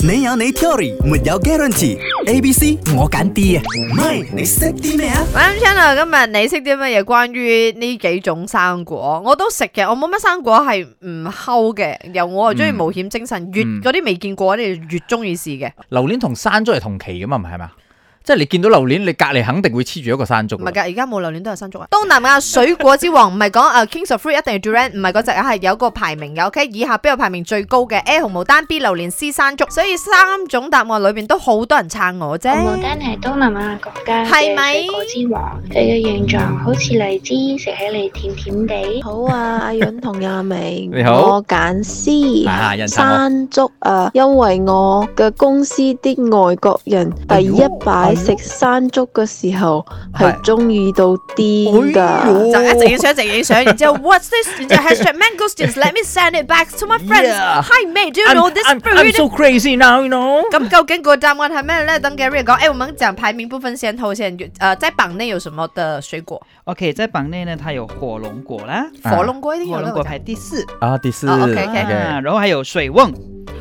你有你 theory，沒有 guarantee。A、B、C 我揀 D 啊，唔係你識啲咩啊？我啱 channel 今日你識啲乜嘢關於呢幾種生果？我都食嘅，我冇乜生果係唔溝嘅。由我啊中意冒險精神，越嗯嗰啲未見過，你就越中意試嘅。榴蓮同山竹係同期噶嘛，唔係嘛？即係你見到榴蓮，你隔離肯定會黐住一個山竹唔㗎。係㗎，而家冇榴蓮都有山竹啊！東南亞水果之王唔係講啊 Kings of Fruit 一定係 durian，唔係嗰只啊，係有個排名嘅。OK，以下邊個排名最高嘅？A 紅毛丹，B 榴蓮，C 山竹。所以三種答案裏邊都好多人撐我啫。紅毛丹係東南亞國家係嘅咪水果之王，佢嘅形狀好似荔枝，食起嚟甜甜地。好啊，阿允同阿明，你好我揀 C 啊印刷我山竹啊，因為我嘅公司啲外國人第一哎呦擺食山竹嘅時候係係中意到癲哎㗎呦。就一直影相，一直影相，然之後 What's this？然之後 hashtag mangosteens。Let me send it back to my friends。 Yeah. Hi mate，do you I'm- know this I'm- I'm fruit？ so crazy now, you know。咁究竟個答案係咩咧？等 Gary 講。誒、哎我們講排名不分先後先。呃，在榜內有什麼的水果？ OK，在榜内呢，它有火龙果啦，啊火龍果一定有火啦龙。果排第四啊，第四。哦，OK，OK 啊，然后还有水瓮，啊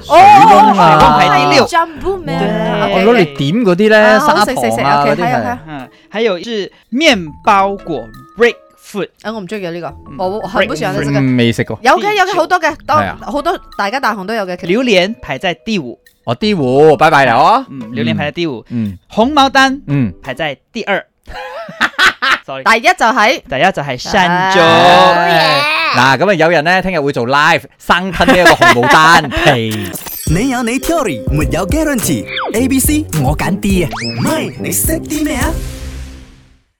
哦龍水瓮排第六 j u m b o m a 對我 n 哦攞嚟點嗰啲咧，砂糖啊嗰啲 OK，還有還有係。嗯，还有是面包果 breakfruit，啊，我唔中意嘅呢嗯個，我我很不喜歡食這個。嗯未食過。有嘅有嘅，好多嘅，當係啊好多大家大行都有嘅。其實榴莲排在第五，我 D 糊，拜拜了啊。嗯，榴莲排在第五，嗯红毛丹嗯，排在第二，sorry，第一就係大家就系山好竹。啊嗱咁啊，有人咧聽日會做 live 生吞呢一個紅毛丹皮。你有你 theory，沒有 guarantee。A、B、C 我揀 D 啊，唔係你識啲咩啊？